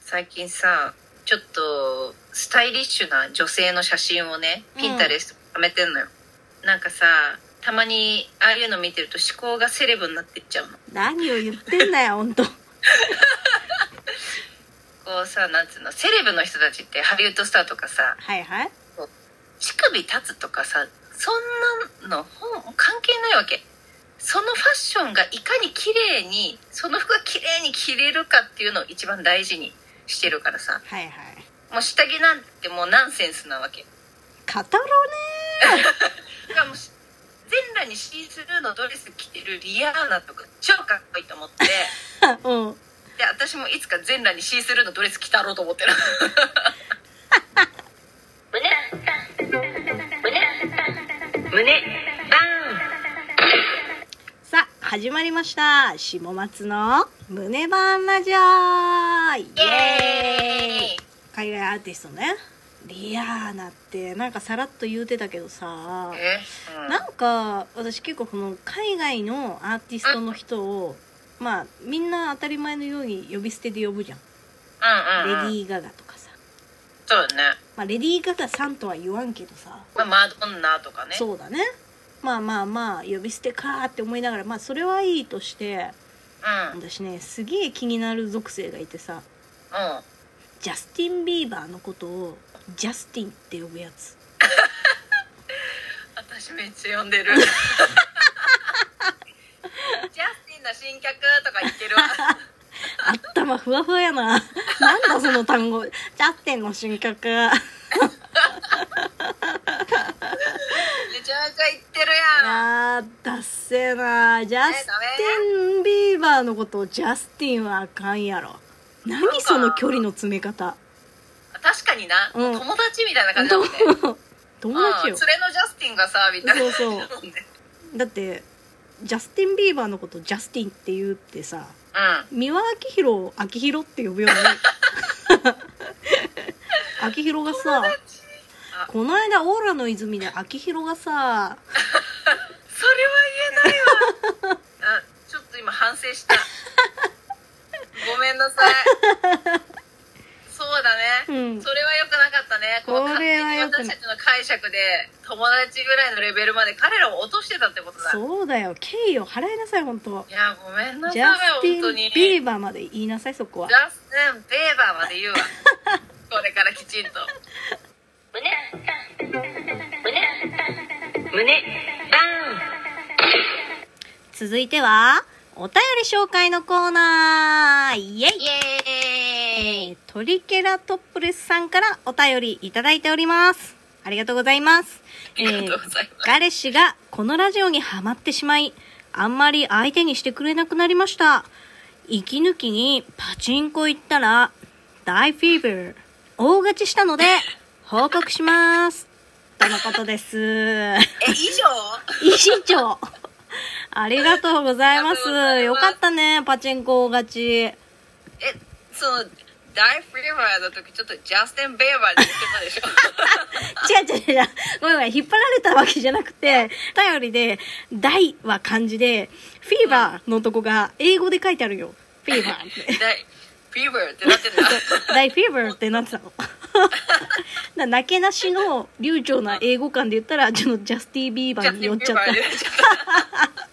最近さちょっとスタイリッシュな女性の写真をねうんピンタレストはめてんのよ、なんかさたまにああいうの見てると思考がセレブになってっちゃうの何を言ってんだよ本当こうさなんつうのセレブの人たちってハリウッドスターとかさはいはい乳首立つとかさそんなのほん関係ないわけそのファッションがいかに綺麗にその服が綺麗に着れるかっていうのを一番大事にしてるからさはいはいもう下着なんてもうナンセンスなわけ語ろうだからもうし全裸にシースルーのドレス着てるリアーナとか超かっこいいと思 ってねうんで私もいつか全裸にシースルーのドレス着たろうと思ってる胸胸胸バさあ始まりました下松の胸バンラジオイーンエイエーイーイ海外アーティストねリアーナってなんかさらっと言うてたけどさえ、うん、なんか私結構この海外のアーティストの人をまあみんな当たり前のように呼び捨てで呼ぶじゃんうんレうんうデん、ィー・ガガとかさ、そうだね、まあ、レディー・ガガさんとは言わんけどさまあ、マドンナとかねそうだねまあまあまあ呼び捨てかーって思いながらまあそれはいいとしてうんうん私ねすげえ気になる属性がいてさジャスティン・ビーバーのことをジャスティンって呼ぶやつ私めっちゃ呼んで るジャスティンの新曲とか言ってるわ頭ふわふわやな なんだその単語ジャスティンの新曲めちゃめちゃ言ってるいやんやーだっせーなジャスティン・ビーバーのことをジャスティンはあかんやろ何その距離の詰め方確かにな、うん友達みたいな感じだもんね友ああ達連れのよジャスティンがさみたいなそうそう だもんねだってジャスティン・ビーバーのことジャスティンって言うってさうん三輪明宏を明宏って呼ぶよ ね明宏がさあこの間オーラの泉で明宏がさそれは言えない わあちょっと今反省したごめんなさいそうだうね、んそれは良くなかったねこうこ勝れ手はに良くない私たちの解釈で友達ぐらいのレベルまで彼らを落としてたってことだそうだよ敬意を払いなさい本当いやごめんなさジいャステ本当ィにン・ビーバーまで言いなさいそこはジャスティン・ベーバーまで言 うわこれからきちんと胸胸胸バ続いてはお便り紹介のコーナーイエインイエーイトリケラトップレスさんからお便りいただいておりますありがとうございますありがとうございます、彼氏がこのラジオにハマってしまい、あんまり相手にしてくれなくなりました。息抜きにパチンコ行ったら、大フィーバー。大勝ちしたので、報告します。とのことです。え以上委員長。ありがとうございます。ありがとうよございますかったね、パチンコ大勝ち。えその大フィーバーの時ちょっとジャスティン・ベーバーで言ってたでしょ違う違う違う。ごめんごめん。引っ張られたわけじゃなくて、頼りで、大は漢字で、フィーバーのとこが英語で書いてあるよ。フィーバー って。大フィーバーってなってん だ大フィーバーってなってたの。だ からなけなしの流暢な英語感で言ったら、ちょっとジャスティー・ビーバジャースにティ寄ン・っベちゃーバった。ーいでちゃっ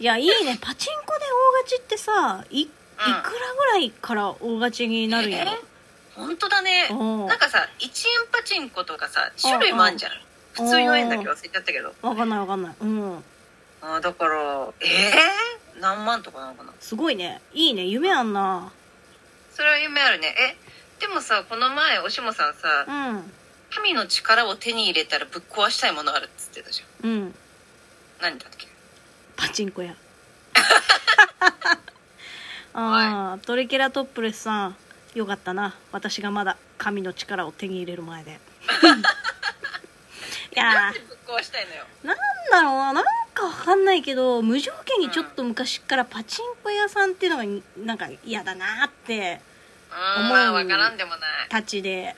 や、いいね。パチンコで大勝ちってさ、い、いくらぐらいから大勝ちになるんやろ、え 本当だねうんなんかさ1円パチンコとかさ種類もあんじゃん普うん通4円だけ忘れちゃったけどわかんないわかんない。うん。あーだからえー、何万とかなのかなすごいね。いいね。夢あんな。それは夢あるねえでもさこの前おしもさんさうん。神の力を手に入れたらぶっ壊したいものあるっつってたじうん。ゃん何だっけパチ ンコ屋ああトリケラトップレスさんよかったな私がまだ神の力を手に入れる前 でいなやんでぶっ壊したいのよーなんだろうななんかわかんないけど無条件にちょっと昔からパチンコ屋さんっていうのがになんか嫌だなってう思んうまあ分からんでもないたちで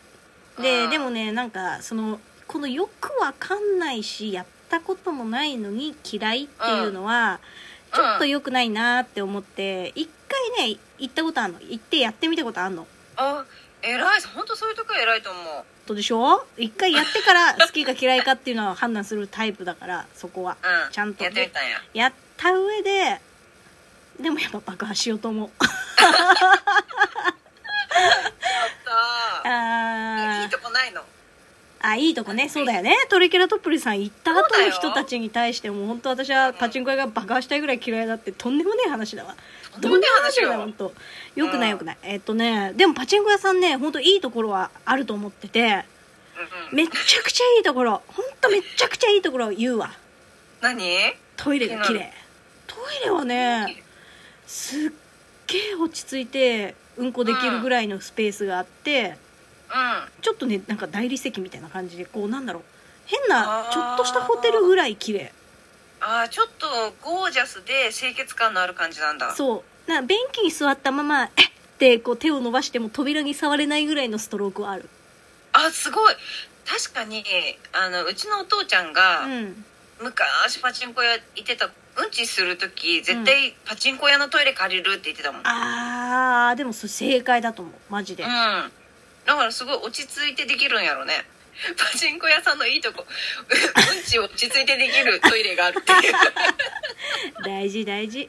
うでんでもねなんかそのこのよくわかんないしやったこともないのに嫌いっていうのは、うんちょっと良くないなーって思って一回ね行ったことあるの行ってやってみたことあるのあ偉い本当そういうとこ偉いと思うとでしょ一回やって から好きか嫌いかっていうのは判断するタイプだからそこは、うんちゃんとやってみたんややった上ででもやっぱ爆破しよう と思うさあいあいーとこないのあいいとこねそうだよねトリケラトプリさん行った後そうだのよ人たちに対しても本当私はパチンコ屋が爆破したいぐらい嫌いだってとんでもねえ話だわとんでもねえ話よどんな話だよ本当よくないうんよくない、えっとねでもパチンコ屋さんね本当いいところはあると思っててうんうんめちゃくちゃいいところ本当めちゃくちゃいいところを言うわ何トイレが綺麗トイレはねすっげえ落ち着いてうんこできるぐらいのスペースがあって、うんちょっとねなんか大理石みたいな感じでこうなんだろう変あなーちょっとしたホテルぐらい綺麗あーちょっとゴージャスで清潔感のある感じなんだそうな便器に座ったまま「えっ!」ってこう手を伸ばしても扉に触れないぐらいのストロークはあるあすごい確かにあのうちのお父ちゃんが、うん昔パチンコ屋行ってたうんちする時絶対パチンコ屋のトイレ借りるって言ってたもんうんあーでもそれ正解だと思うマジで、だからすごい落ち着いてできるんやろね パチンコ屋さんのいいとこ うんち落ち着いてできるトイレが あるっていう大事大事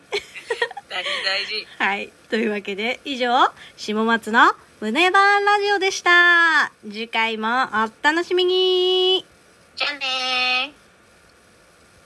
大事大事はいというわけで以上下松の「胸バーンラジオ」でした次回もお楽しみにじゃあねー